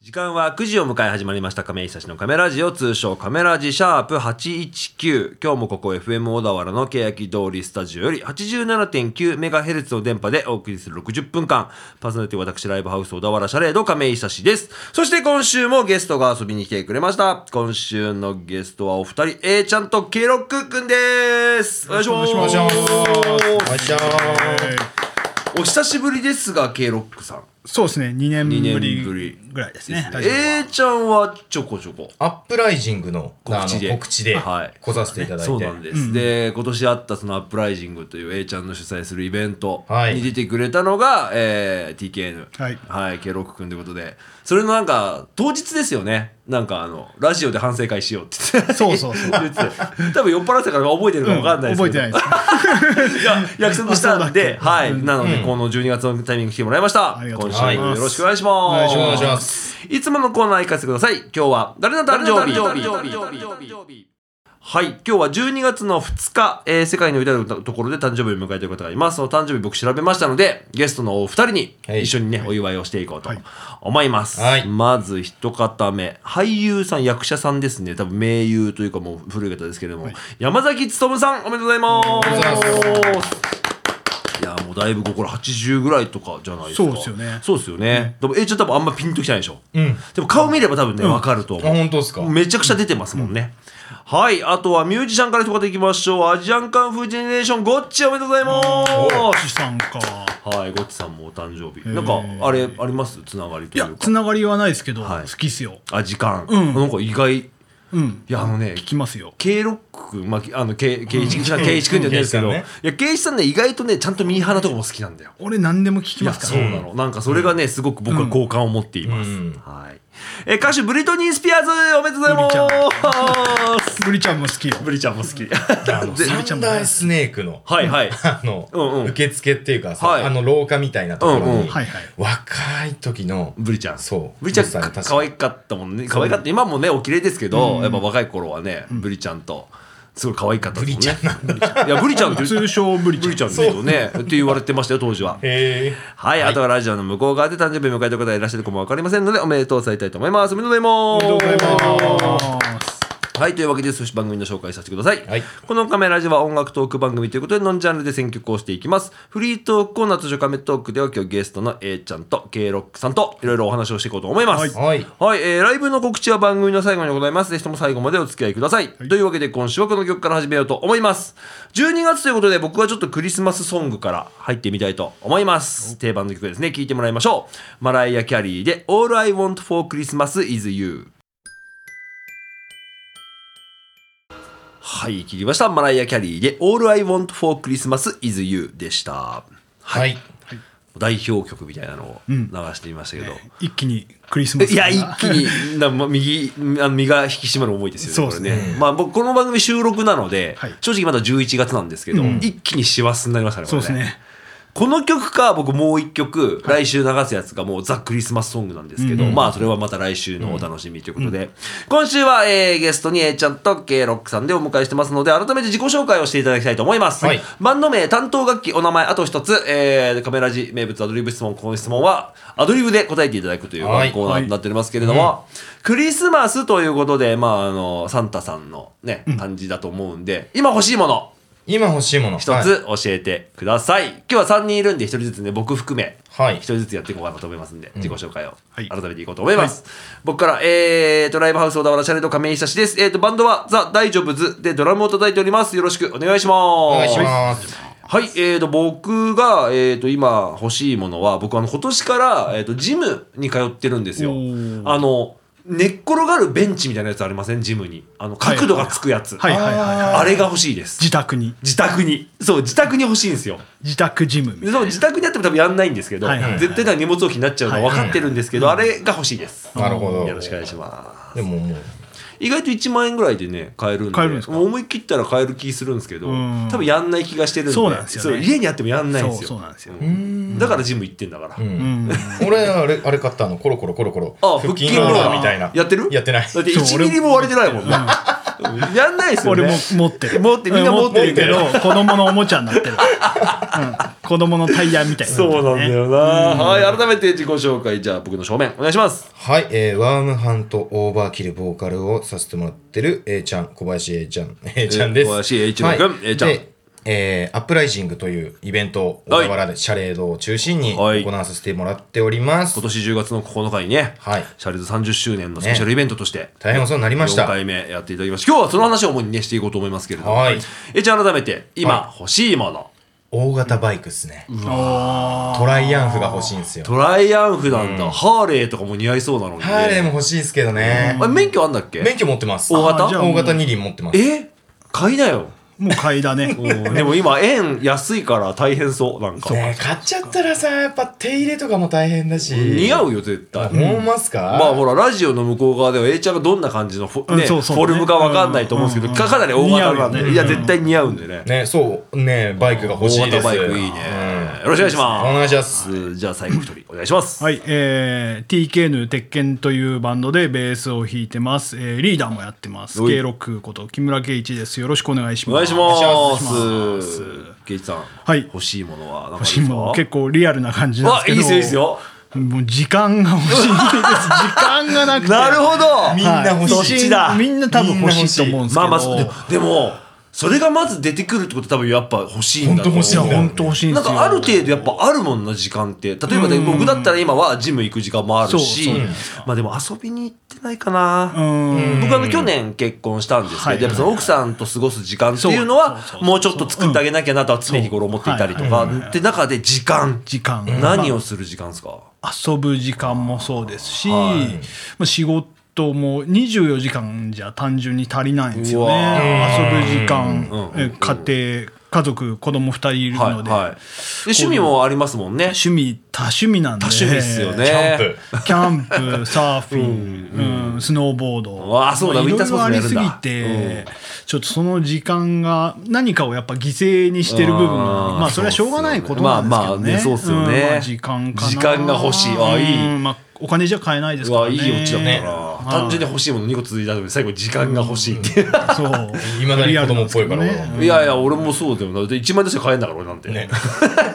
時間は9時を迎え始まりました亀井久志のカメラジオ通称カメラジシャープ819今日もここ FM 小田原の欅通りスタジオより 87.9MHz の電波でお送りする60分間パーソナリティは私ライブハウス小田原シャレード亀井久志ですそして今週もゲストが遊びに来てくれました今週のゲストはお二人 A ちゃんと K ロックくんですお願いしますお願いしますお願いしますお久しぶりですが K ロックさんそうですね、2年ぶ二年ぶりりぐらいですね。大丈夫 A ちゃんはちょこちょこアップライジングの告知であの告知ではい来させていただいて、そうなんです、で今年あったそのアップライジングという A ちゃんの主催するイベントはいに出てくれたのが、えー TKN はいはい K6 君ということでそれのなんか当日ですよねなんかあのラジオで反省会しようって言ってそうそうそう言ってた多分酔っ払ってたから覚えてるか分かんないです覚けど、えてないです。いや約束したんで、あそうだっはけい、なので、この12月のタイミング来てもらいました。ありがとう今ご週もよざいます。ろしくお願いします。お願いしますいつものコーナー行かせてください。今日は誰の誕生日。はい今日は12月の2日、えー世界の至るところで誕生日を迎えている方がいますその誕生日僕調べましたのでゲストのお二人にはい一緒にね、お祝いをしていこうとはい思います、はいまず一方目俳優さん役者さんですね多分名優というかもう古い方ですけれども、山崎努さんおめでとうございますおめでとうございいやもうだいぶこれ80ぐらいとかじゃないですかそうですよねそうですよね、でもえーちゃん多分あんまピンときてないでしょ、うん。でも顔見れば多分ね、わかるとあ、思う、本当ですか。めちゃくちゃ出てますもんね、はいあとはミュージシャンから一言いきましょうアジアンカンフージェネレーションゴッチおめでとうございます資産か。はいゴッチさんもお誕生日なんかあれありますつながりといいやう、かつながりはないですけど、はい好きっすよ。あ時間、うんなんか意外いうん。やあのね聞きますよ。 K ロック君、まあき、あの K ケイイチ君じゃケイイチ君じゃないですけど、ケイイチいやケイイチさんね意外とねちゃんとミーハーなとこも好きなんだよ俺何でも聞きいやますそうから。なの、なんかそれがねすごく僕は好感を持っています、うんはいえ歌手ブリトニー・スピアーズおめでとうございますブリちゃんも好きよ。ブリちゃんも好き あのでサンダースネークのはいはいあの、うんうん受付っていうかさ、はいあの廊下みたいなところに、うんうんはいはい。若い時のブリちゃんそうブリちゃんブリちゃんか確かに可愛かったもんね可愛かった今もねお綺麗ですけど、やっぱ若い頃はねブリちゃんとすごい可愛かったですもんねいやブリちゃんって通称ブリちゃブんリちゃんですよねって言われてましたよ当時はへはい、あとはラジオの向こう側で誕生日を迎えた方がいらっしゃるかも分かりませんのでおめでとうされたいと思いますおめでとうございますありがとうございます。はい、というわけで少し番組の紹介させてください。はいこのカメラジは音楽トーク番組ということで、ノンジャンルで選曲をしていきます。フリートークコーナーとジョカメトークでは今日ゲストの A ちゃんと K ロックさんといろいろお話をしていこうと思います。はいはいえーライブの告知は番組の最後にございます。ぜひとも最後までお付き合いください。というわけで今週はこの曲から始めようと思います。12月ということで僕はちょっとクリスマスソングから入ってみたいと思います。定番の曲ですね。聴いてもらいましょう。マライア・キャリーで All I Want for Christmas is You。はい、切りました。マライア・キャリーで All I Want for Christmas is You でした。はい、はい、代表曲みたいなのを流んしてみましたけど。一気にクリスマス。いや、一気。になま右あの身が引き締まる思いですよね、そうこでれすねね。まあ、僕、この番組収録なので、はい正直まだ11月なんですけど、一気に師走になりましたね、こそれうですね。この曲か、僕もう一曲、来週流すやつがもうザ・クリスマスソングなんですけど、まあそれはまた来週のお楽しみということで、今週は、えーゲストに A ちゃんと K ロックさんでお迎えしてますので、改めて自己紹介をしていただきたいと思います。はいバンド名、担当楽器、お名前、あと一つ、えーカメラ時名物アドリブ質問、この質問は、アドリブで答えていただくというコはいーナーになっておりますけれども、クリスマスということで、まああの、サンタさんのね、感じだと思うんで、今欲しいもの、今欲しいもの一つ教えてください、今日は3人いるんで1人ずつね僕含めはい、は1い、人ずつやっていこうかなと思いますんで、自己紹介をはい改めていこうと思います、僕からえーとライブハウス小田原シャレと亀井久志ですえーとバンドはザ・大丈夫ズでドラムを叩いておりますよろしくお願いしますお願いしますはい、えー、と僕が、えー、と今欲しいものは僕あの今年から、えー、とジムに通ってるんですよおーあの寝っ転がるベンチみたいなやつありませんジムにあの角度がつくやつ、はいはいはいはい。あれが欲しいです自宅に。自宅にそう自宅に欲しいんですよ自宅ジムみたいでそう自宅にあっても多分やんないんですけど、はいはいはい絶対なんか荷物置きになっちゃうのは分かってるんですけど、あれが欲しいです、なるほどよろしくお願いしますでももう意外と1万円ぐらいでね買えるんで買えるんですかもう思い切ったら買える気するんですけどうん多分やんない気がしてるんでそうなんですよねそう家にあってもやんないんですよそうそうなんですようだからジム行ってんだから、うんうん。俺あれあれ買ったのコロコロコロコロあ腹筋ローラーみたいなやってるやってないだってそう1俺ミリも割れてないもんね、やんないですよね俺も持ってる持ってみんな持ってるけど持ってるけど子供のおもちゃになってる、うん、子供のタイヤみたいな、そうなんだよな、はい改めて自己紹介じゃあ僕の正面お願いしますはい、えー、ワームハントオーバーキルボーカルをさせてもらってる A ちゃん、小林 A ちゃん、A ちゃんです。小林 A 一郎君はい A ちゃんでえー、アップライジングというイベントを小はい田原でシャレードを中心に行はいわさせてもらっております。今年10月の9日にね、はいシャレード30周年のスペシャルイベントとして、大変お世話になりまし4た。回目やっていただきました今日はその話を主にねしていこうと思いますけれども、はいえじゃあ改めて今欲しいもの、大型バイクですね。おートライアンフが欲しいんですよ。トライアンフなんだ、ハーレーとかも似合いそうなのにねハーレーも欲しいですけどね。あれ免許あんだっけ免許持ってます。大型あじゃあ大型二輪持ってます。え買いなよ もう買いだねでも今円安いから大変そうなんかねえ買っちゃったらさ、やっぱ手入れとかも大変だし。似合ううよ絶対、思いますか、まあほらラジオの向こう側では A ちゃんがどんな感じのフォ,、うんねそうそうフォルムか分かんないと思うんですけど、うんかかなり大型なん似合うで、よねいや絶対似合うんでねね、そう、ね、バイクが大欲しいで型す。バイクいいね、よろしくお願いしうんまお願いします。すじゃあ最後一人お願いします、はい、えー、TKN 鉄拳というバンドでベースを弾いてます、えーリーダーもやってますおい K6 こと木村圭一ですよろしくお願いしおま願すいしますお願いしますケイチさん、はい欲しいものは何かあり欲ますしかいもの結構リアルな感じなんであすいけいでどすよいいですよもう時間が欲 しいです時間がなくてなるほどみんな欲しいそはっちだみんな多分欲しいと思うんですけまどあまあででもそれがまず出てくるってことは多分やっぱ欲しいんだと思う本当欲しいやんだよね本当欲しいんでなんすよかある程度やっぱあるもんな時間って例えばね僕だったら今はジム行く時間もあるしそうそうまあでも遊びに行ってないかなうん僕あの去年結婚したんですけはいど、やっぱその奥さんと過ごす時間っていうのはもうちょっと作ってあげなきゃなとは常日頃思っていたりとかって中で時間時間何をする時間ですか遊ぶ時間もそうですし、はいまあ、仕事も24時間じゃ単純に足りないんですようわね遊ぶ時うん間、うんえ家庭家族子供2人いるはいので、はい、で趣味もありますもんね趣味多趣味なんで多趣味っすよねキャンプ。 キャンプサーフィン、うんスノーボードわあそうだまウィいンタースろいポろーツもやありるんすだぎて、ちょっとその時間が何かをやっぱ犠牲にしてる部分があーまあそれはしょうがないことなんですけどね,、そうっすよねまあまあねんまあ時間かな時間が欲しいあいいうんまあ、お金じゃ買えないですうからわねいいオチだったねな単純に欲しいもの2個続いたのに最後時間が欲しいっていうそう 未だに子供っぽいからリアルなんですけどねいやいや俺もそうだよなで1万円出して買えんだから俺なんて、 ね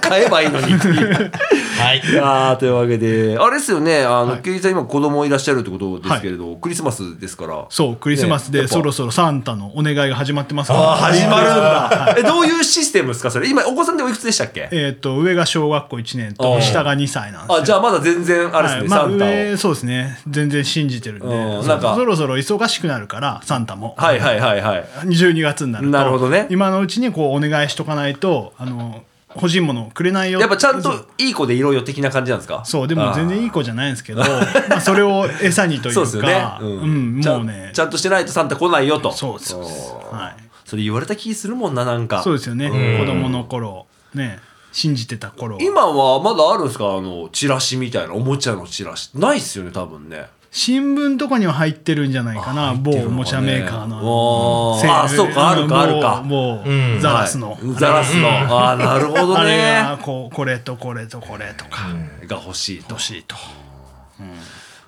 買えばいいのにっていうはい。いやーというわけであれですよねあの、ケイさん今子供いらっしゃるってことですけれど、クリスマスですからそうクリスマスで、ねやっぱそろそろサンタのお願いが始まってますからあー始まるんだ えどういうシステムですかそれ今お子さんでおいくつでしたっけえっと上が小学校1年と下が2歳なんですよあじゃあまだ全然あれですね、はいまあ、サンタを上そうですね全然信じてるんで、うんなんかそそろそろ忙しくなるからサンタも、はいはいはいはい12月になるとなるほどね今のうちにこうお願いしとかないとあの欲しいものくれないよやっぱちゃんそうといい子でいろよ的な感じなんですかそうでも全然いい子子じゃないんですけどまあそれを餌にというそうかですよね、うんちゃんもうねちゃんとしてないとサンタ来ないよとそうですそうでんす、はい、それ言われた気するもんななんかそうですよねん子供の頃ね信じてた頃今はまだあるんですかあのチラシみたいなおもちゃのチラシないっすよね多分ね新聞とかには入ってるんじゃないかな某おもちゃメーカーのおーセールあそうかあるかあるか某某うんザラスの、はいザラスのああなるほど あれねがこうこれとこれとこれとかが欲しいと欲しいと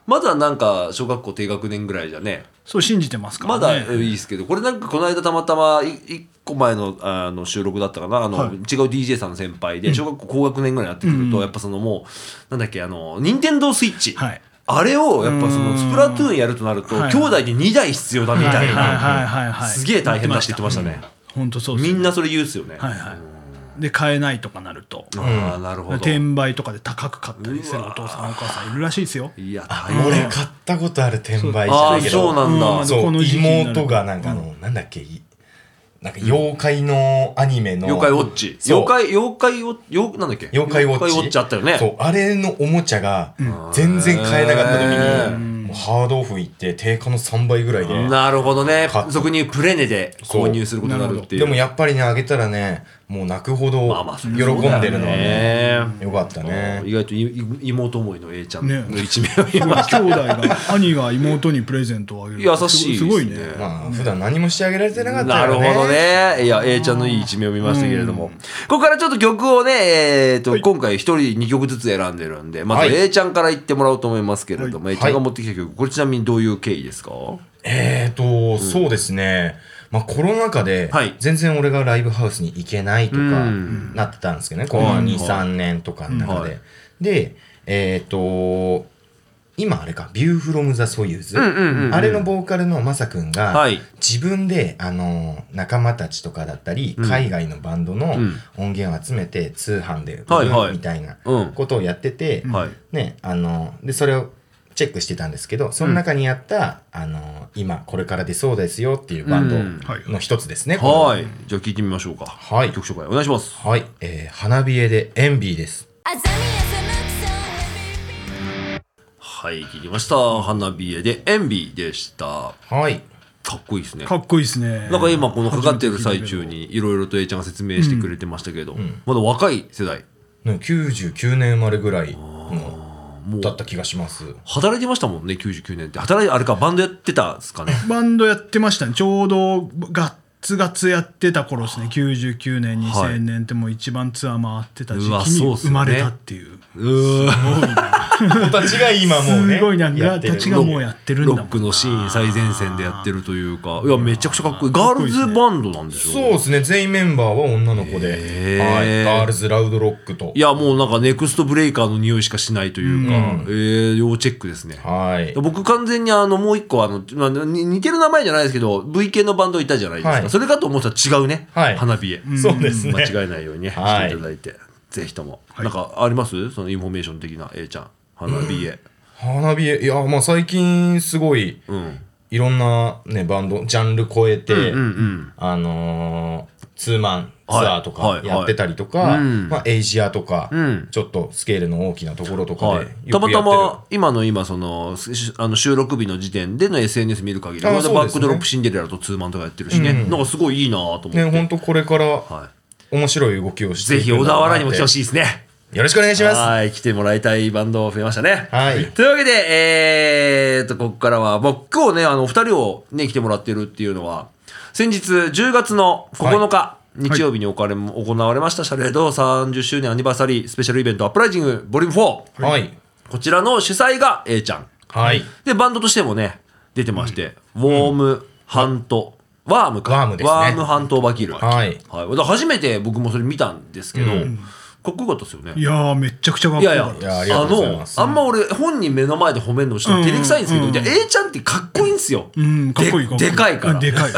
まだなんか小学校低学年ぐらいじゃねそう信じてますからまねだいいですけどこれなんかこの間たまたま1個前のあの収録だったかなあの、はい違う DJ さんの先輩で小学校高学年ぐらいになってくると、やっぱそのもうなんだっけあの任天堂スイッチ、はいあれをやっぱそのスプラトゥーンやるとなるとはい兄弟で2台必要だみたいはいなはいはいはいすげえ大変だって言ってましたね本当そうですみよんなそれ言うっすよね、はいはいで買えないとかなるとああなるほど転売とかで高く買ったりするお父さんお母さんいるらしいですよいや大変俺買ったことある転売あ者あだけそうど、なんだ、うんそこのう、時期になる妹がなんかあの、なんだっけ、いなんか妖怪のアニメの。妖怪ウォッチそう妖怪妖怪ウォッ妖なんだっけ妖怪ウォッチ。妖怪ウォッチあったよねそう、あれのおもちゃが全然買えなかった時に、もうハードオフ行って定価の3倍ぐらいで。なるほどね買った俗に言うプレネで購入することになるっていうでもやっぱりね、あげたらね、もう泣くほどまあまあそ喜んりでゃるそうのだよはねね、よかったね。意外といい妹思いの A ちゃんねの一面 を今兄弟が兄が妹にプレゼントをあげる優しいですすねごいねまあ、普段何もしてあげられてなかったなかるらほね。ど。ね。いや、A ちゃんのいい一面を見ましたけれども。ここからちょっと曲をね、えーと、今回一人二曲ずつ選んでるんで、まはずい A ちゃんから言ってもらおうと思いますけれども、い A ちゃんが持ってきた曲、これちなみにどういう経緯ですかええーと、そうですね。まあコロナ禍ではい、全然俺がライブハウスに行けないとかうんなってたんですけどね、このうん2、3年とかの中うんはで。で、えーと、今あれか、View from the Soyuz うんうんうんうんあれのボーカルのまさくんがはい、自分で、あの、仲間たちとかだったり、うん海外のバンドのうん音源を集めて通販で売はいはいるみたいなうんことをやってて、はい。ね、あの、で、それをチェックしてたんですけど、その中にあった、あの、今、これから出そうですよっていうバンドの一つですね。これははい。じゃあ聞いてみましょうか。はい曲紹介お願いします。はい。えー、花冷えでエンビーです。はい、聞きました。花冷えでエンビーでした。はい。かっこいいですね。かっこいいですねなんか今このかかってる最中にいろいろと A ちゃんが説明してくれてましたけど、まだ若い世代ね99年生まれぐらいのもうだった気がします。働いてましたもんね99年って働いてあれかバンドやってたんですかねバンドやってましたねちょうどガッツガツやってた頃ですね99年はい2000年ってもう一番ツアー回ってた時期うわそうっにすよね生まれたっていううー子たちが今もうね。すごいなやってるたちがもうやってるんだロもんックのシーン最前線でやってるというかいやめちゃくちゃかっこいいガールズバンドなんでしょそうですね。全員メンバーは女の子で。へーはい。ガールズラウドロックと。いやもうなんかネクストブレイカーの匂いしかしないというか、えー、要チェックですねはい。僕完全にあのもう一個あの、まあ、に似てる名前じゃないですけど V 系のバンドいたじゃないですか、はいそれかと思ったら違うね、はい花火へそうですね。間違えないようにね、はしいていただいてぜひとも、なんかありますそのインフォメーション的な A ちゃん花火へ花火いやまあ最近すごい、んいろんなねバンドジャンル超えて、うんうんあのーツーマンツアーとはいはかいやってたりとか、はいうんまあ、エイジアとか、んちょっとスケールの大きなところとかはでい、たよまくやたってる、ま今の今そのしあの収録日の時点での SNS 見る限りあまだそうバでッすねクドロップシンデレラとツーマンとかやってるしね、なんかすごいいいなと思って、ね本当これからは面白い動きをしい、てぜいくひんだ小ろうな田原にも来てほっしいですねよろしくお願いしますはい、来てもらいたいバンド増えましたね。はいというわけで、えー、っと、ここからは、まあ、今日ね、あの、お二人をね、来てもらってるっていうのは、先日、10月の9日、日曜日におかれも行われました、シャレード30周年アニバーサリースペシャルイベント、アップライジングボリューム4。はいこちらの主催が A ちゃん。はいで、バンドとしてもね、出てまして、ウォーム、ハント、ワームか。ワームですねワームハントオバキル。はいだから初めて僕もそれ見たんですけど、かっこよかったですよね。いやーめっちゃくちゃかっいこよやいかやっ、いやありがとうございますあの、あんま俺、本人目の前で褒めるのちょっと照れくさいんですけど、うんいや、A ちゃんってかっこいいんですよ。たうんかっこいいでかっこいいでかいから。でかい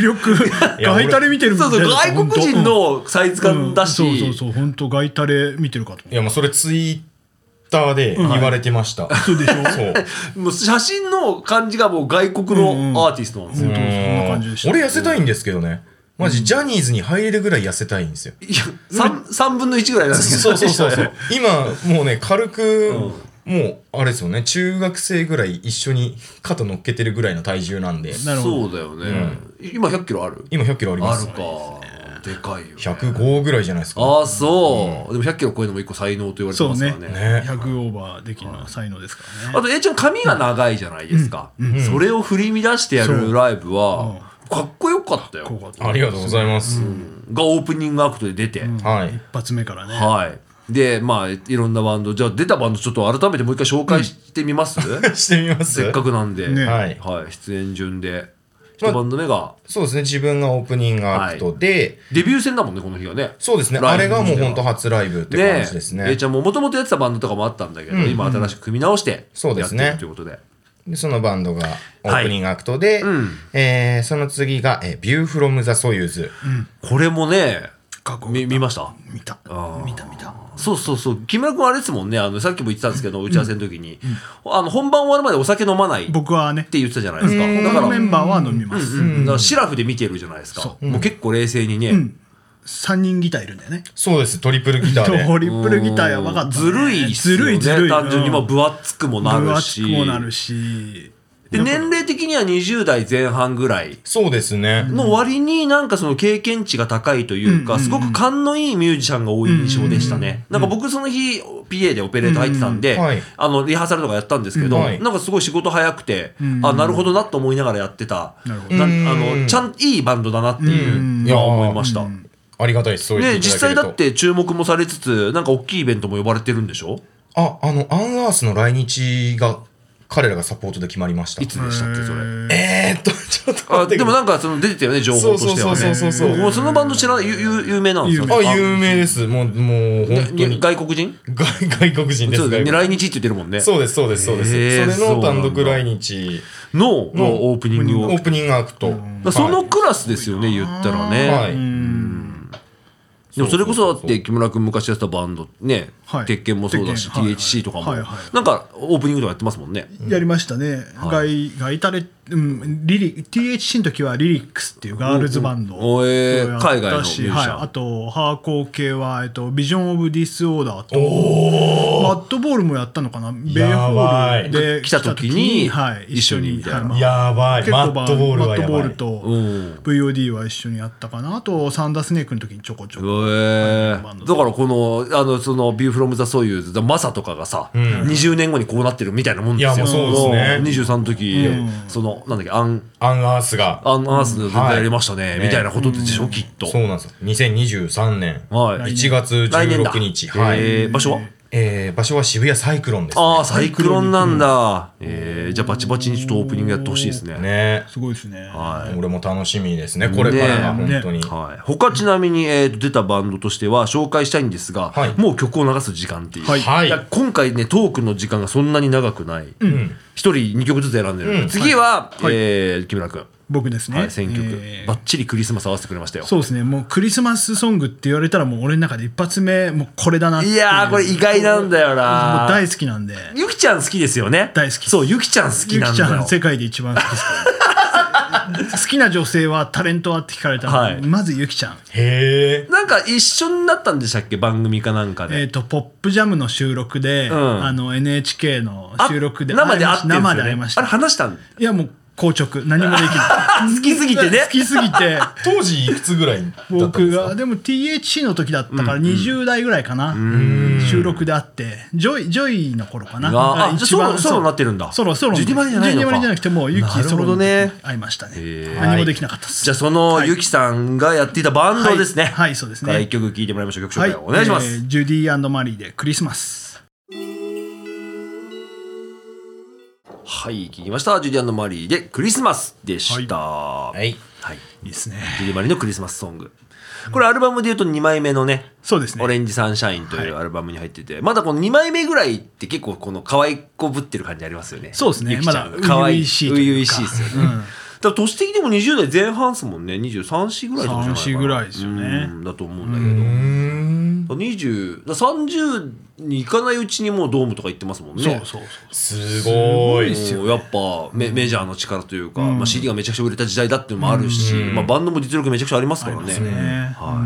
力や外タレ見てるみたそいうなそう、外国人のサイズうん感だし、うんそうそうそう本当外タレ見てるかといやもうそれツイッターで言われてました、そうでしょそうもう写真の感じがもう外国のアーティストなんですよ。本当そんな感じでした俺痩せたいんですけどねマジジャニーズに入れるぐらい痩せたいんですよいや、3, 三分の1ぐらいなんですけど。そうそうそうそう。今、もうね、軽く、もう、あれですよね、中学生ぐらい一緒に肩乗っけてるぐらいの体重なんで、なるほどそうだよね。今100キロある今100キロありまあする。か。でかいよね。 105ぐらいじゃないですか。ああ、そう。でも100キロ超えるのも一個才能と言われてそまうすかねらね。ね100オーバーできるのは才能ですからねあと A ちゃん髪が長いじゃないですか、それを振り乱してやるライブは、かっこよかったよこうかとありがとうございます。がオープニングアクトで出て、はい。 一発目からねはいでまあいろんなバンドじゃあ出たバンドちょっと改めてもう一回紹介してみます、してみますせっかくなんで、ねはい。はい、出演順でまあ一バンド目が、そうですね、自分がオープニングアクトで、デビュー戦だもんねこの日はねそうですね、ライあブれがもうとしては本当初ライブってね感じですえ、ね A ち。ゃんももともとやってたバンドとかもあったんだけど、今新しく組み直してやそうってでるすねということでで、そのバンドがオープニングアクトで、えーその次が、えー、View from the Soyuz。これもねかっこよかったみ見ました見たあー見た見たそうそうそう木村君あれですもんねあのさっきも言ってたんですけど打ち合わせの時に、あの本番終わるまでお酒飲まないって僕はね言ってたじゃないですか、だか他らのメンバーは飲みますだからシラフで見てるじゃないですか、もう結構冷静にね、 3人ギターいるんだよねそうです、トリプルギ ターで。トリプルギターやばかったねずるいっすずよねるいずるい単純にまあうん分厚くもな分る厚しくもなるしで年齢的には20代前半ぐらいそうですね。の割になんかその経験値が高いというか、すごく勘のいいミュージシャンが多い印象でしたね。なんか僕その日 PA でオペレーター入ってたんで、うんうんはいあのリハーサルとかやったんですけど、うんはいなんかすごい仕事早くて、あ、なるほどなと思いながらやってた、なるほなどあの、ちゃん、いいバンドだなってういんうのは思いました。ありがたいです、そう言ってで、いた実だ際けるとだって注目もされつつ、なんか大きいイベントも呼ばれてるんでしょあ、あの、アンアースの来日が彼らがサポートで決まりましたいつでしたっけそれえー、っと ちょっとあ待ってでもなんかその出てたよね情報としてはねそうそうそうそうそうもうそのバンド知らない有有有名なんですよねあ有名ですもうもう本当に外国人外外国人ですそうだ外よね国人来日って言ってるもんねそうですそうですそうです、へーそれの単そ独うな来日ののもうオープニングをオープニングアクト、だからそのはいクラスですよね、言ったらね、はいでもそれこそだっそうそうそて木村君昔やってたバンドね、はい鉄拳もそうだし、鉄拳はい THC とかも、はいはいなんかオープニングとかやってますもんねやりましたね、は外外タレ、うん、リリ THC の時はリリックスっていうガールズバンドおおえーをやった海外のミュージシャンはい、あとハーコー系は、えっと、ビジョン・オブ・ディス・オーダーとマットボールもやったのかなベイホールで来た時にはい、一緒にみたいなはまあやばい結構マットボールはやばいマットボうールんと VOD は一緒にやったかなあとサンダースネークの時にちょこちょえこー、だからこの、あの、その、ビューフロムザ・ソユーズ、マサとかがさ、20年後にこうなってるみたいなもんですよ。いやもうそうですねん23の時、その、なんだっけ、アン、アンアースがアンアースで全然やりましたね、はいみたいなことでしょ、きっと。そうなんですよ2023年はい1月来年だ16日はい、えー場所はえー場所は渋谷サイクロンですねああ、サイクロンなんだ。えー、じゃあバチバチにちょっとオープニングやってほしいですね。ねすごいですねはい。俺も楽しみですねこれからがね本当に、はい、他ちなみに、えーと出たバンドとしては紹介したいんですが、はいもう曲を流す時間っていう、はいはいや今回ねトークの時間がそんなに長くない、一人2曲ずつ選んでる、うん次は、はいえー木村君、僕ですね、はい、選曲、えーばっちりクリスマス合わせてくれましたよそうですねもうクリスマスソングって言われたらもう俺の中で一発目もうこれだなっていいうやーこれ意外なんだよもうな大好きなんでゆきちゃん好きですよね大好きそうゆきちゃん好きゆなきんちだゃんよ世界で一番好きですから好きな女性はタレントはって聞かれたら、はいまずゆきちゃんへえなんか一緒になったんでしたっけ番組かなんかで、えっ、と「ポップジャムの収録で、んあの NHK のあ収録で生で会ってんすよね生で会いましたあれ話したんいやもう硬直何もできな い好きすぎてね好きすぎて当時いくつぐらいだったん僕ですかがでも THC の時だったから20代ぐらいかな、収録であってジョイジョイの頃かなうわあがじゃあソロソロになってるんだソロソロジュディマリじゃないのかジュディマリじゃなくてもうユキなるソほロどねに会いましたねへえ何もできなかったですじゃあそのゆきさんがやっていたバンドですね。はいはいそうですかねら一曲聴いてもらいましょう。曲紹介をお願いしまえす。ージュディマリーでクリスマスはい、聴きました。ジュディアンのマリーでクリスマスでした。はい。はいいいですねジュディマリーのクリスマスソング。これアルバムで言うと2枚目のね、そうですオレねンジサンシャインというアルバムに入ってて、まだこの2枚目ぐらいって結構この可愛いこぶってる感じありますよね。そうですねゆきちゃんまだ可愛い。初初々しいとい々うかしいですよね。だから年的にも20代前半ですもんね。23、4ぐらいとかじゃないかな。 3 4ぐらいですよねうんだと思うんだけど。うーん20だ30に行かないうちにもうドームとか行ってますもんねそうそうそうすごいもうやっぱメメジャーの力というか、まあ、CD がめちゃくちゃ売れた時代だっていうのもあるし、まあ、バンドも実力めちゃくちゃありますからねねは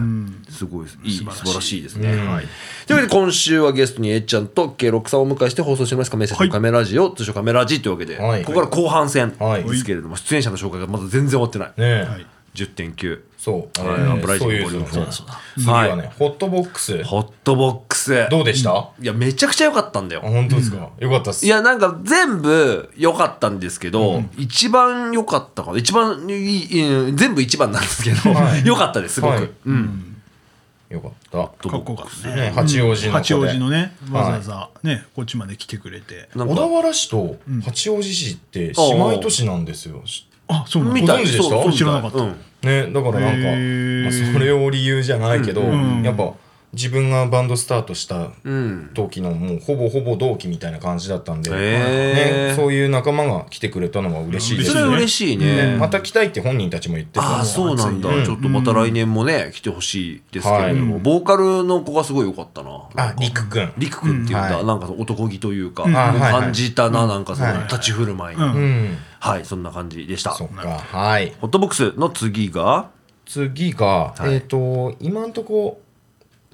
いすごいですいい素晴らしいですね、うんはい、というわけで今週はゲストにえっちゃんと K6 さんをお迎えして放送しております「亀井先生のカメラジオ」通称「カメラジ」というわけで、はいここから後半戦はいですけれども、出演者の紹介がまだ全然終わってない、ねえ、はい10.9そう、はいえーアンプライジングソユーズのボリューム4そうだ次はね、はホットボックスホットボックスどうでした、あいやめちゃくちゃ良かったんだよ本当ですか、よかったっすいやなんか全部良かったんですけど、一番良かったかな一番いいうん全部一番なんですけど、はい良かったですすごく、はいうんよかったかっこよかったねね八王子の子で八王子のねわざわざねこっちまで来てくれてなん小か田原市と八王子市って姉妹都市なんですよ、あそうなんみだたいご存知でしたそう知らなかったうんね、だからなんか、へーまあそれを理由じゃないけど、んやっぱ自分がバンドスタートしたうん時のもうほぼほぼ同期みたいな感じだったんで、へーね、そういう仲間が来てくれたのが嬉しいですそれは嬉しいね、ねまた来たいって本人たちも言ってああそうなんだ、うんちょっとまた来年もね来てほしいですけれども、ボーカルの子がすごい良かったなありくくんりくくんっていうんだ、うんはいなんか男気というか、あはいはい感じたな、なんかそはいの立ち振る舞い、うんうんはいそんな感じでしたそホっかはいットボックスの次が次はが、いえっ、と今んとこ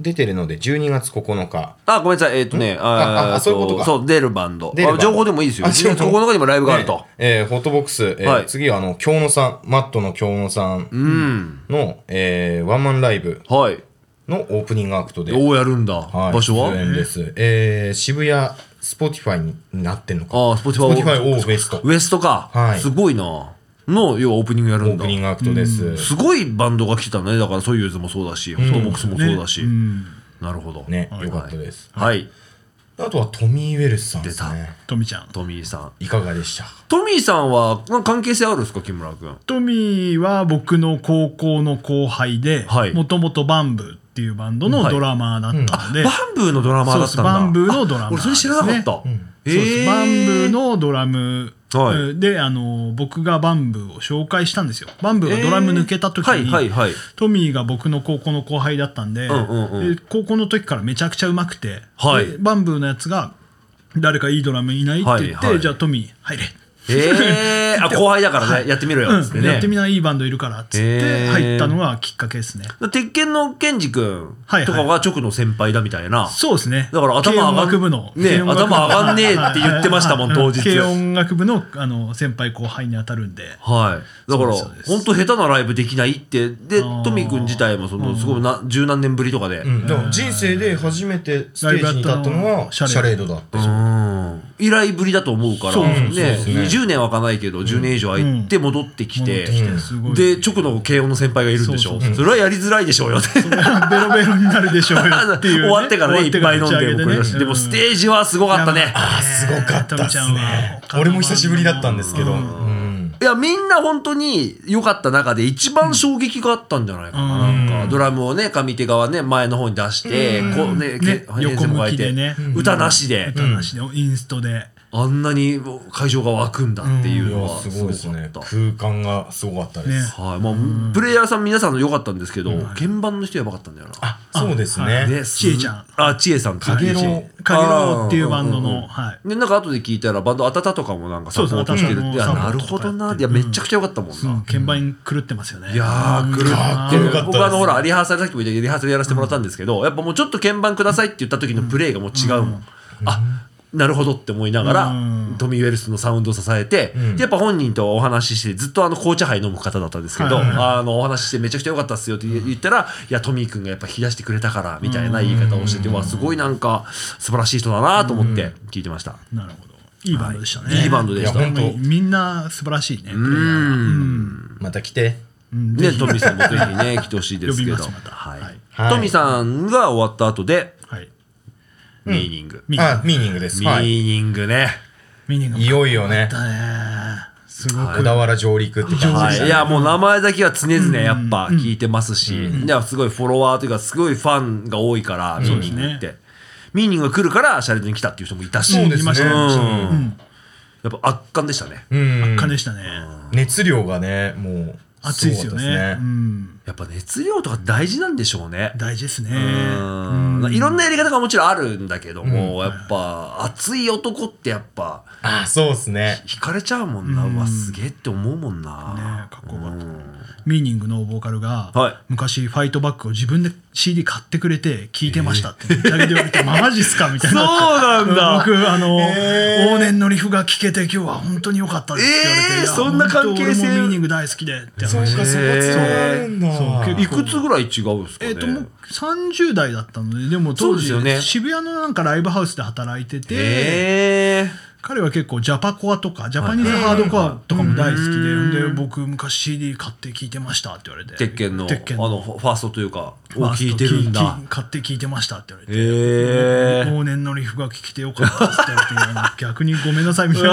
出てるので12月9日あ、ごめんなさい。えっ、とね、ああーそういうことかそう、出るバンド。出るバンドあ情報でもいいですよ。あ1月情報9日にもライブがあると。えーホットボックス、えーはい次はあの京野さんマットの京野さんうん。の、えーワンマンライブはい。のオープニングアクトで、どうやるんだ。はい場所は出演です、えー渋谷スポティファイになってんのかああ、スポティフスポァティファイイオーフェストオウエストか。はいすごいな。の、要はオープニングやるんーだプ。ニングアクトです、すごいバンドが来てたね。だから、ソユーズもそうだし、ホットボックスもそうだし。なるほど。ね、はいよかったですはい。あとはトミー・ウェルスさんです出ね。トミちゃん。トミーさんいかがでしたトミーさんはなんか関係性あるんですか木村君トミーは僕の高校の後輩ではいもともとバンブーっていうバンドのドラマーだったので、バンブーのドラマーだったんだそうですバンブーのドラマーあ俺それ知らなかった、でえそうですバンブーのドラム、はであの僕がバンブーを紹介したんですよバンブーがドラム抜けた時えに、ーはいはいはいトミーが僕の高校の後輩だったんで,、うんうんうんで高校の時からめちゃくちゃうまくて、はいでバンブーのやつが「誰かいいドラムいない?」って言って、はいはいじゃあトミー入れ」えー、あ後輩だからね、やってみろよっつってうんね、やってみないいいバンドいるから」っつっへてー入ったのがきっかけですね、鉄拳のケンジ君とかが直の先輩だみたいな、そうですねだから頭上軽が音楽部のね軽音楽部頭上がんねえって言ってましたもんはい当日軽音楽部のあの先輩後輩に当たるんではい。だから、そうですそうです本当下手なライブできないって、で、ートミー君自体も、その、すごいな、十何年ぶりとかで、うん。だから人生で初めてステージに立ったライブやっのたのははシャレードだった。以来ぶりだと思うから、そうそうねそうね20年はかないけど、10年以上空いて戻ってきて、戻ってきてすごいで、直の慶応の先輩がいるんでしょ。そうそれはやりづらいでしょうよね。 ベロベロになるでしょうよっていう 終ね、わってからね、いっぱい飲ん終わでって送かりら出打ちして、上げでもステージはすごかったね。あー、すごかったっすねトミちゃん。は俺も久しぶりだったんですけど。うんいや、みんな本当に良かった中で一番衝撃があったんじゃないかな。なんか、ドラムをね、上手側ね、前の方に出して、こうね、ねけ編成も変えて横向きでね歌なしで、うん歌なしでインストであんなに会場が湧くんだっていういのや、はすすごいごですかっね。た。空間がすごかったでねす。はい、まあ、プレイヤーさん皆さんの良かったんですけど、鍵盤の人やばかったんだよな。あ、そうですあね。ねちえちゃん。あ、ちえさんっていうかげろうちえ「かげろう」っていうバンドの、うんうんうんはいでなんか後で聞いたらバンド「あたた」とかもなんかサポートしてるってそうそういやあたたなのるほどサポートとかやなっいてやめちゃくちゃ良かったもんうんな、鍵盤狂ってますよねいやー、狂ってかっこよかったでる。す僕はあの、ほら、リハーサル、さっきも言ったけど、リハーサルやらせてもらったんですけど、やっぱもうちょっと鍵盤くださいって言った時のプレイがもう違うもん。あ、なるほどって思いながら、うんトミー・ウェルスのサウンドを支えて、んでやっぱ本人とお話しして、ずっとあの、紅茶杯飲む方だったんですけど、はいはいあの、お話ししてめちゃくちゃ良かったっすよって言ったら、いや、トミー君がやっぱ引き出してくれたから、みたいな言い方をしてて、うわ、すごいなんか、素晴らしい人だなと思って聞いてました。なるほどいいバンドでしたね、いいバンドでした。いやほんみみんな素晴らしいねプレイヤうーはんまた来て。ね、トミーさんもぜひね、来てほしいですけど。呼びますまたはいはいトミーさんが終わった後で、はいミーニング。ミあ、ミーニングです。ミはい。ーニングね。ミニがいよいよね、だねすごく、はい小田原上陸って感じではしたい、いね。やもう名前だけは常々やっぱ聞いてますし、いやすごいフォロワーというかすごいファンが多いから、ミーニングっそうでて。ミーニングが来るからシャレドに来たっていう人もいたし、そうですねいましたうんうんやっぱ圧巻でしたね。うん。感じでしたね、熱量がね、もう。熱いですよねすごかっうたですん、やっぱ熱量とか大事なんでしょうね。大事ですねうんいろんなやり方がもちろんあるんだけども、やっぱ熱い男ってやっぱあ、そうですね。惹かれちゃうもんな、うわすげえって思うもんな、ねかっこよかった、ミーニングのボーカルが、はい昔ファイトバックを自分で CD 買ってくれて聴いてましたって言ってあげて言われて、マジっすかみたいなそうなんだ僕あの、往年のリフが聴けて今日は本当に良かったですって言われて、えーいやそんな関係性本当俺もミーニング大好きでってそうか、話そこつながるんだ。そう いくつぐらい違うんですかね、えっともう30代だったのででも当時そうですよね渋谷のなんかライブハウスで働いてて、え彼は結構ジャパコアとかジャパニーズハードコアとかも大好きで、うで僕昔 CD 買って聴いてましたって言われて鉄拳の鉄拳あのファーストというかを聞いてるんだきき買って聴いてましたって言われて、ええ往年のリフが聴けてよかったですって言われてい や逆にごめんなさいみたいにあ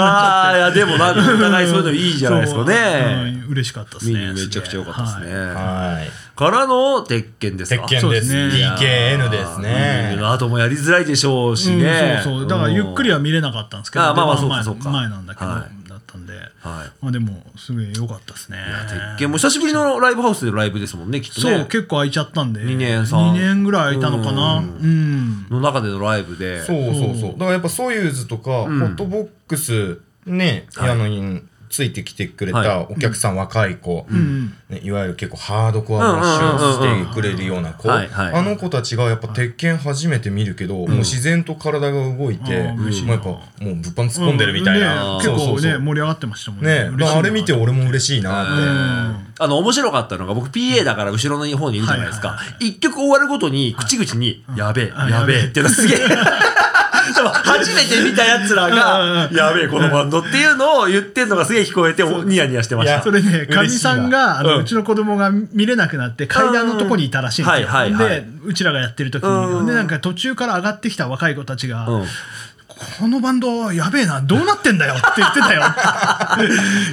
あなっいちゃってやでも なんかお互いそういうのいいじゃないですかね、そううん嬉しかったですミねニめちゃくちゃ良かったですね、はい。からの鉄拳ですか鉄拳です。そうですね DKN ですミニね。の後もやりづらいでしょうしすげえね、そうそうだからゆっくりは見れなかったんですけどあーまあまあ出番そうかそうか前前なんだけど、はだったんで、はいまあでもすげえ良かったですね鉄拳も久しぶりのライブハウスでのライブですもんねきっとそう、ね結構空いちゃったんで二年さん二年ぐらい空いたのかなうん、の中でのライブでそうそうそう。だからやっぱソユーズとか、ホットボックス、ね、あの、ついてきてくれたお客さん、若い子、ね、いわゆる結構ハードコアブラッシュをしてくれるような子、うんうんうんうんはいはいあの子たちがやっぱ鉄拳初めて見るけど、もう自然と体が動いて、あーもう嬉しいやなっぱもう物販突っ込んでるみたいな。ねそう結そ構うねそう盛り上がってましたもんねね嬉しいなあれ見て俺も嬉しいなって。あの、面白かったのが、僕 PA だから後ろの方にいるじゃないですかはいは。一曲終わるごとに、口々に、やべえ、あやべえ やべえっていうのすげえ。そう初めて見たやつらが「やべえこのバンド」っていうのを言ってんのがすげえ聞こえておニヤニヤしてましたそれねかみさんがあのうちの子供が見れなくなって階段のとこにいたらしいんですよ、うんはいはいはいでうちらがやってる時に、うんでなんか途中から上がってきた若い子たちが、うんこのバンドやべえなどうなってんだよって言ってたよ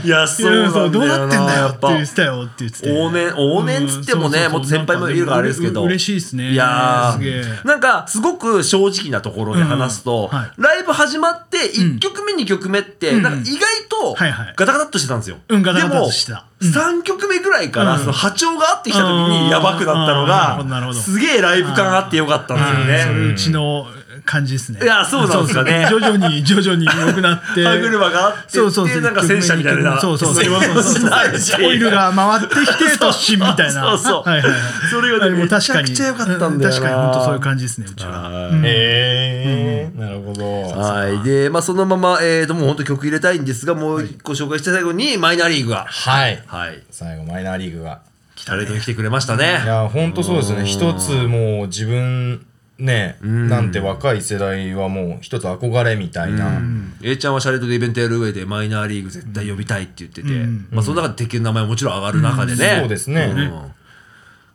いや そうなんだそようどうなってんだよやっってぱ言ってたよって言ってて往年往年っつってもね、うんもっと先輩もいるからあれですけどう嬉しいですねいやーすげえなんかすごく正直なところで話すと、うんはいライブ始まって1曲目、2曲目って、うんなんか意外とはいはいガタガタっとしてたんですよ、うんガタガタっとしてたでも、3曲目ぐらいからうんその波長が合ってきた時にやばくなったのうんうんなるがほどすげえライブ感あってよかったんですそよね。れうちの感じですねいやそうなんですかねそうそう徐々に徐々に良くなって 歯車があってってそうそうそうなんか戦車みたいなそうそうそう戦車になるしオイルが回ってきて突進みたいなそうそうはいはいはい それがねでも確かにめちゃくちゃ良かったんだよな確かに本当そういう感じですねうちははいえー、なるほど。はい。で、まあ、そのまま、えーと、もう本当曲入れたいんですが、もう一個紹介した最後に、マイナーリーグが、はい。はい。最後、マイナーリーグが。来たれて来てくれましたねい。や、ほんとそうですね。一つもう自分、ね、なんて若い世代はもう一つ憧れみたいな。 A ちゃんはシャレットでイベントやる上で、マイナーリーグ絶対呼びたいって言ってて、うんまあ、その中で鉄拳の名前ももちろん上がる中でね。うんそうですねん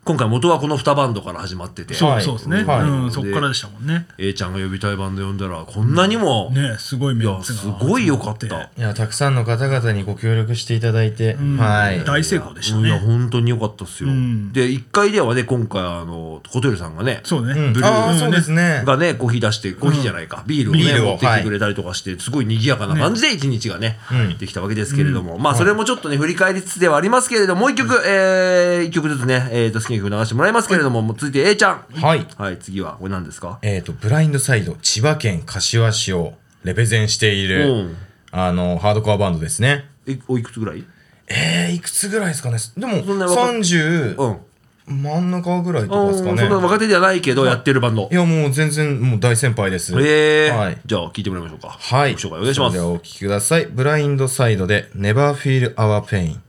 今回元はこの2バンドから始まってて、はいそうですねはいうんそっからでしたもんね A ちゃんが呼びたいバンド呼んだら、こんなにも、ねすごいメいンや、ツがすごい良かった。いや、たくさんの方々にご協力していただいて、はい。大成功でしたいや、ね本当に良かったっすよ。うんで、1回ではね、今回、あの、ホテルさんがね、そううねん、ああ、そうですね。 がね、コーヒー出して、コーヒーじゃないか、ビールを,、ね、ビールを持ってきてくれたりとかして、すごい賑やかな感じで一日がね、うんできたわけですけれども、まあ、それもちょっとね、振り返りつつではありますけれども、もう一曲、えー、一曲ずつね、えーと、好きな曲流してもらいますけれども、もう続いて A ちゃん。はい。はい、次は、これ何ですかえっ、と、ブラインドサイド、千葉県柏市をレペゼンしている、うんあの、ハードコアバンドですね。え、おいくつぐらいえー、いくつぐらいですかねでも、そんな若30、うん。真ん中ぐらいとかですかうんね。そんな若手ではないけど、やってるバンドい。や、もう全然、もう大先輩です。えーはい。じゃあ、聞いてもらいましょうか。はい。ご紹介お願いしまそれすで。はお聞きください。ブラインドサイドで、Never Feel Our Pain。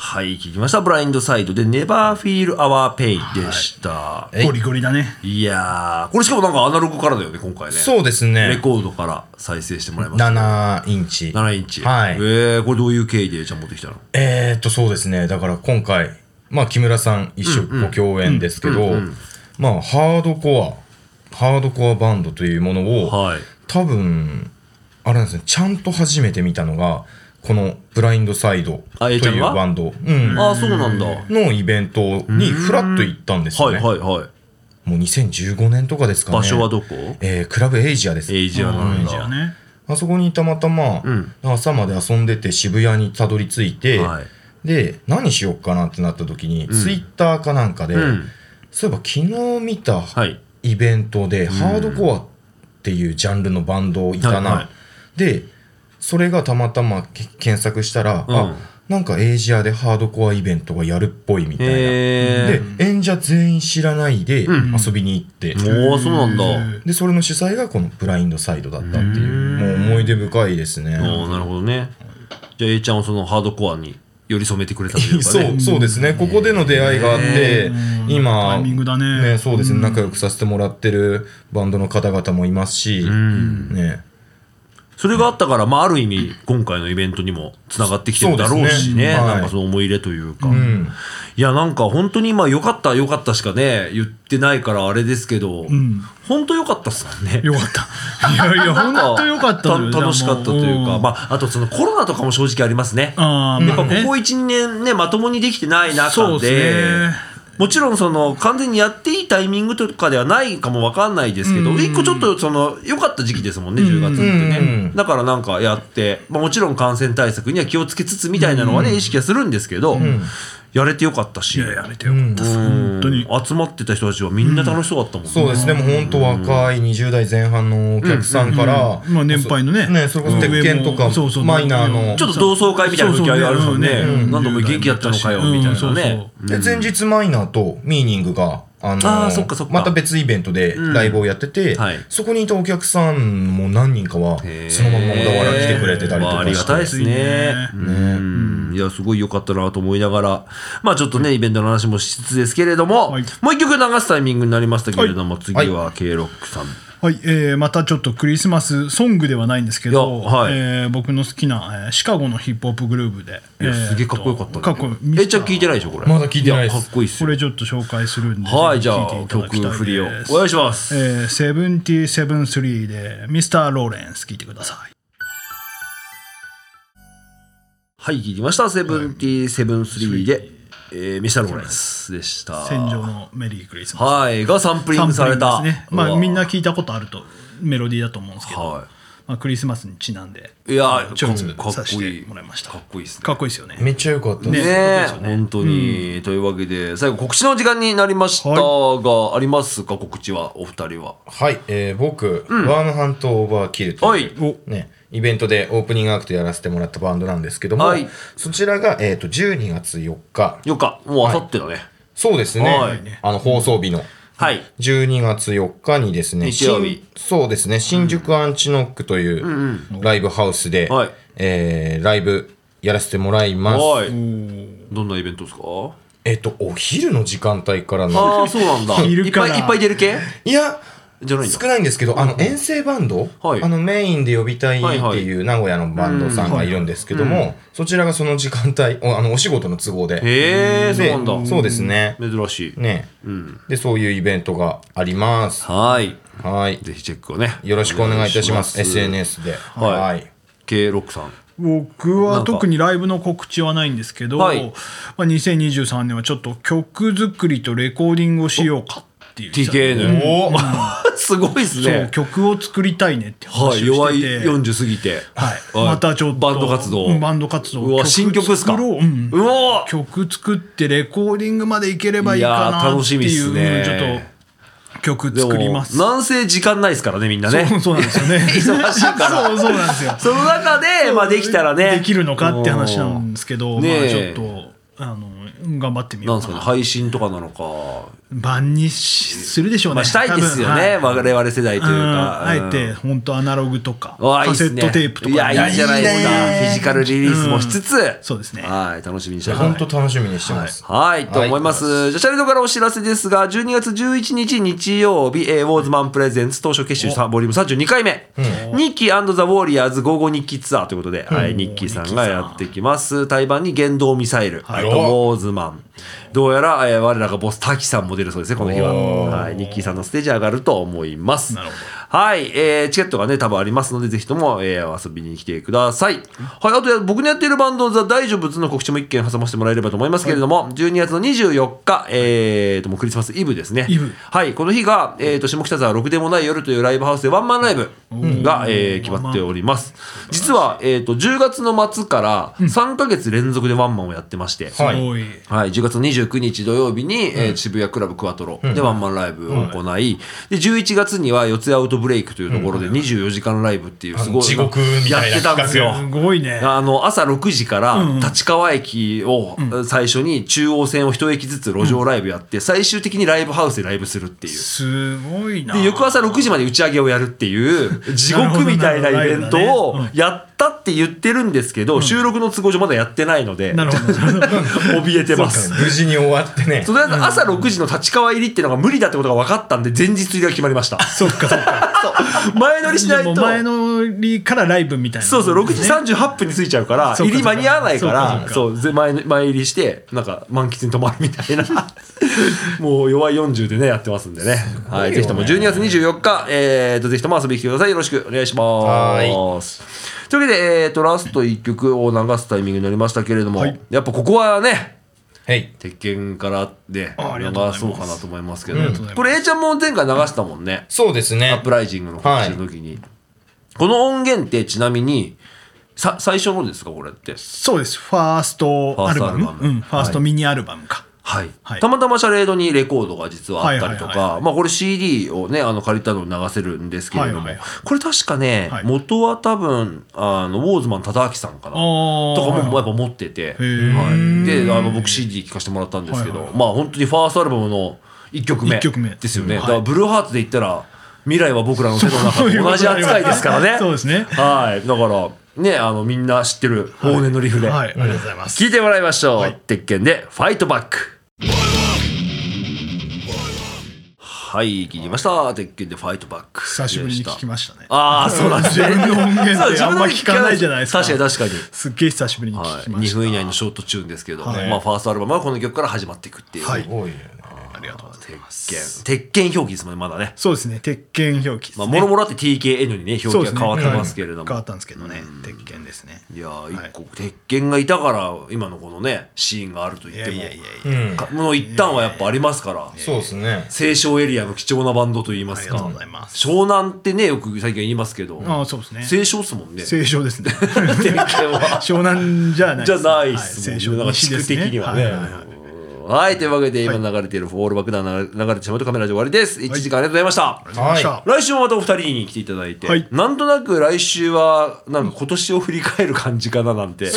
はい、聞きました。ブラインドサイドで、Never Feel Our Pain でした。いゴリゴリだねい、やー、これしかもなんかアナログからだよね、今回ね。そうですレね。コードから再生してもらいました。 7インチ。 7インチ。はいえー、これどういう経緯でちゃん持ってきたのえー、っとそうですねだから今回まあ木村さん一緒ご共演ですけどまあハードコアハードコアバンドというものを、はい。多分あれなんですねちゃんと初めて見たのがこの「ブラインドサイド」あとえーちゃんいうがバンド、うんああ、そうなんだ。はいのイベントにフラッと行ったんですよはいね、はい。もう2015年とかですかね場所はどこえークラブエイジアですエイジアなんじゃあだ。ねあそこにたまたまん朝まで遊んでて渋谷にたどり着いて、はいで何しよっかなってなった時に、ツイッターかなんかで、うんそういえば昨日見たはい。イベントで、ハードコアっていうジャンルのバンドいはたな、いはいでそれがたまたまけ検索したら、うんあなんかエイジアでハードコアイベントがやるっぽいみたいな、えで演者全員知らないで遊びに行って、ー。おー、そうなんだ。おでそれの主催がこのブラインドサイドだったっていうもう思い出深いですね。ー、なるほどね。じゃあ、A ちゃんをそのハードコアに寄り添めてくれたというか そねう。そうですね、ここでの出会いがあって、今、タイミングだねそうですね、仲良くさせてもらってるバンドの方々もいますし、ね、それがあったから、まあ、ある意味、今回のイベントにもつながってきてるだろうしそうでね。すねはいなんかその思い入れというか。うん、いや、なんか本当に今、良かった、良かったしかね、言ってないからあれですけど、本当良かったっすもんね。よかったいやいなやん 本当よかったよた楽しかったというか、んまあ、あとそのコロナとかも正直ありますね。あーやっぱこまあねこ1、2年ね、まともにできてないそ中うでですね、もちろんその完全にやっていいタイミングとかではないかもわかんないですけど、一個ちょっとその良かった時期ですもんね、10月ってうんうねん。だからなんかやって、まあ、もちろん感染対策には気をつけつつみたいなのはね、意識はするんですけど、やれてよかったし。いややめてよかったです本当にうん集まってた人たちはみんな楽しそうだったもんね。そうですね、もう本当、若い20代前半のお客さんから、まあ年配のねねそれこそ鉄拳とか上もそうそうマイナーのちょっと同窓会みたいな雰囲気あるもんね。何度も元気だったのかよ、みたいなね。で前日マイナーとミーニングがあのあーそっかそっかまた別イベントでライブをやってて、うんはいそこにいたお客さんも何人かはへーそのまま小田原来てくれてたりとまあ、あかりがしたいてですね。うんいや、すごい良かったなと思いながら、まあちょっとね、イベントの話もしつつですけれども、はいもう一曲流すタイミングになりましたけれども、次はは K ロックさん。はい、えーまたちょっとクリスマスソングではないんですけど、いやはいえー僕の好きな、えーシカゴのヒップホップグループで、いやえーすげえかっこよかったね。かっこいいえ、じゃあ聞いてないでしょ、これ。まだ聞いてないですやかっこいいっすこよ。れちょっと紹介するんで、はい、じぜひゃあ聴いていただきたい曲です振りをお願いします。えー、セブンティセブンスリーで、ミスター・ローレンス聞いてください。はい、聞きました。セブンティセブンスリーで、えー、ミシャル・ローレンスでした。戦場のメリークリスマス。はい、がサンプリングされサた。ンプリングですね。まうあわみんな聞いたことあるとメロディーだと思うんですけど、はまあクリスマスにちなんで、い。いや、チョイスかさっせこいい。てもらいましたかっこいいですね。かっこいいですよね。めっちゃ良かったです、ねねえ、本当に、というわけで最後告知の時間になりましたが、ありますか告知はお二人ははい、えー僕、ワームハントオーバーキルとはいういおね、イベントでオープニングアクトやらせてもらったバンドなんですけども、はいそちらが、えー、と12月4日よっかもうあさってだねそうですね、はいあの放送日のはい、 12月4日にですね日曜日新そうですね新宿アンチノックというライブハウスで、はいえーライブやらせてもらいます、はいおどんなイベントですかえっ、とお昼の時間帯からあのあそうなんだいいっるかぱいないっぱい出る系いやじゃないんだ少ないんですけど、あの遠征バンド、はいあのメインで呼びたいってはいいう名古屋のバンドさんがいるんですけども、そちらがその時間帯、おあのお仕事の都合で。へえそうでなんだそうですね。珍しい、ね、で、そういうイベントがあります。はいはい。ぜひチェックをねよろしくお願いいたします。お願いし SNS で。はいはい。 K ロックさん僕は特にライブの告知はないんですけど、はいまあ、2023年はちょっと曲作りとレコーディングをしようかっていう TKN お すごいですそうね曲を作りたいねっては話いを弱しいてて、 40過ぎてはい、またちょっとバンド活動うんバンド活動うわ新曲っすか作ろう、うんうわ曲作ってレコーディングまでいければいいかいやーな楽ってしみっいすうねちょっと曲でも作りますなんせ時間ないですからねみんなね そうそうなんですよね 忙しいから そうそうなんですよその中で、まあ、できたらね。できるのかって話なんですけど、うんねまあちえょっとあの頑張ってみなよんうですかね、かな配信とかなのか。晩にしするでしょうね、まあ、したいですよね、多分はい我々世代というか。うんあえて本当アナログとかうん。わあいいカっセすッねトテープとかいや、いいじゃないですか。フいいねィジカルリリースもしつつ。そうですねはい、楽しみにしてます。本当楽しみにしてます。はい、と思います。じゃあ、シャレドからお知らせですが、12月11日日曜日、えーウォーズマンプレゼンツ当初結集さんボリューム32回目、ニッキーザ・ウォーリアーズ55日記ツアーということで、はい、ニッキーさんがやってきます。台湾に言動ミサイル、いあとウォーズマン。どうやら、えー我らがボスタキさんも出るそうですね、この日は。おーはい、ニッキーさんのステージ上がると思います。なるほどはい、えーチケットがね、多分ありますので、ぜひとも、えー遊びに来てください。はい、あと、僕のやっているバンド、ザ・大丈夫ズの告知も一件挟ませてもらえればと思いますけれども、12月の24日、えーと、もうクリスマスイブですね。イブはい、この日が、えーと、下北沢ろくでもない夜というライブハウスでワンマンライブが、えー決まっております。実は、えーと、10月の末から3ヶ月連続でワンマンをやってまして、はいすごいはい、10月29日土曜日に、えー渋谷クラブクワトロでワンマンライブを行い、で11月には四ツ谷アウトブレイクというところで24時間ライブっていうすごい地獄みやったいなてたんですよ。すごいねあの朝6時から立川駅を最初に中央線を一駅ずつ路上ライブやって最終的にライブハウスでライブするっていう。すごいなで翌朝6時まで打ち上げをやるっていう地獄みたいなイベントをやったって言ってるんですけど収録の都合上まだやってないのでなるほどなるほど 怯えてます。無事に終わってね と。りあえず朝6時の立川入りっていうのが無理だってことが分かったんで前日入りが決まりました そっかそっかそう前乗りしないでとも前乗りからライブみたいなそうそう6時38分に着いちゃうからそう入かり間に合わないかそうらかそうぜ前前入りしてなんか満喫に泊まるみたいな もう弱い40でねやってますんでねはい、ぜひとも12月24日、えー、とぜひとも遊びに来てくださいよろしくお願いしますというわけで、えー、とラスト1曲を流すタイミングになりましたけれども、はいやっぱここはねはい。鉄拳からでああ流りがとうございますそうかなと思いますけど、ありがとうございますこれ A ちゃんも前回流したもんね、そうですね。アップライジングの告知の時に、この音源ってちなみにさ最初のですかこれってそうですファーストアルバムファーストアルバムうん、ファーストミニアルバムか、はい、はいたまたまシャレードにレコードが実はあったりとはいはいはいか、まあこれ CD をね、あの借りたのを流せるんですけれども、はいはいはいこれ確かね、はい元は多分、あの、ウォーズマン忠明さんかな。ああとかもやはっぱ持ってて、ーはい、であの僕 CD 聴かせてもらったんですけど、はいはいまあ本当にファーストアルバムの1曲目一曲目ですよね、うんだからはいブルーハーツで言ったら未来は僕らの手の中と同じ扱いですからね そうですねはいだからねあのみんな知ってる往年のリフで、はい、ありがとうございます。聞いてもらいましょう、鉄拳で「ファイトバック」はい聞きました鉄拳で「ファイトバック」久しぶりに聞きましましたね。たああそうなんですね自分の音源ってそう自分のあんま聞かないじゃないですか確かに確かにすっげえ久しぶりに聞はい、きまし2た。分以内のショートチューンですけれども、はいまあ、ファーストアルバムはこの曲から始まっていくっていう、はいすごいよね。ありがとうございます。鉄拳鉄拳表記ですもんねまだねそうですね、鉄拳表記ですまね。あもろもろあって TKN にねそう表記ですがね変わってますけれども、変わったんですけどね、鉄拳ですね。いやーはい一個、鉄拳がいたから今のこのねシーンがあると言ってもいやいやいやういや。ん。かの一端はやっぱありますからそうですね。青少エリアの貴重なバンドといいまありすがとうかございます。湘南ってねよく最近言いますけどああ、そうですね。青少っすもんね正常ですね。鉄 拳は湘南じゃないじでゃす。ないっすもんはいね正常なんか地区的にはねいいいはいというわけで今流れている「フォールバックダウン」流れてしまうとカメラで終わりです1時間ありがとうございました、はい。は来週もまたお二人に来ていただいて、はいなんとなく来週はなんか今年を振り返る感じかななんて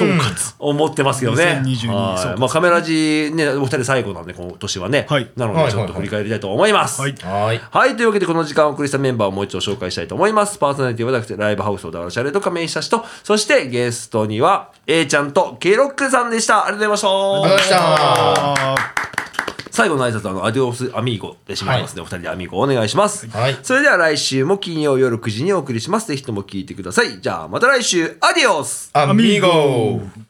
思ってますけどね2022はい総括まあ、カメラジねお二人最後なんで今年はね、はいなのでちょっと振り返りたいと思います。はいはい。はい。というわけで、この時間をお送りしたメンバーをもう一度紹介したいと思います。パーソナリティは私、ライブハウス小田原シャレと亀井久志と、そしてゲストには、A ちゃんと K ロックさんでした。ありがとうございまありがとうござしいた。ました。あ最後の挨拶はあのアディオスアミーゴで締まりますね、お二人でアミーゴお願いします、はいそれでは来週も金曜夜9時にお送りしますぜひとも聞いてくださいじゃあまた来週アディオスアミーゴ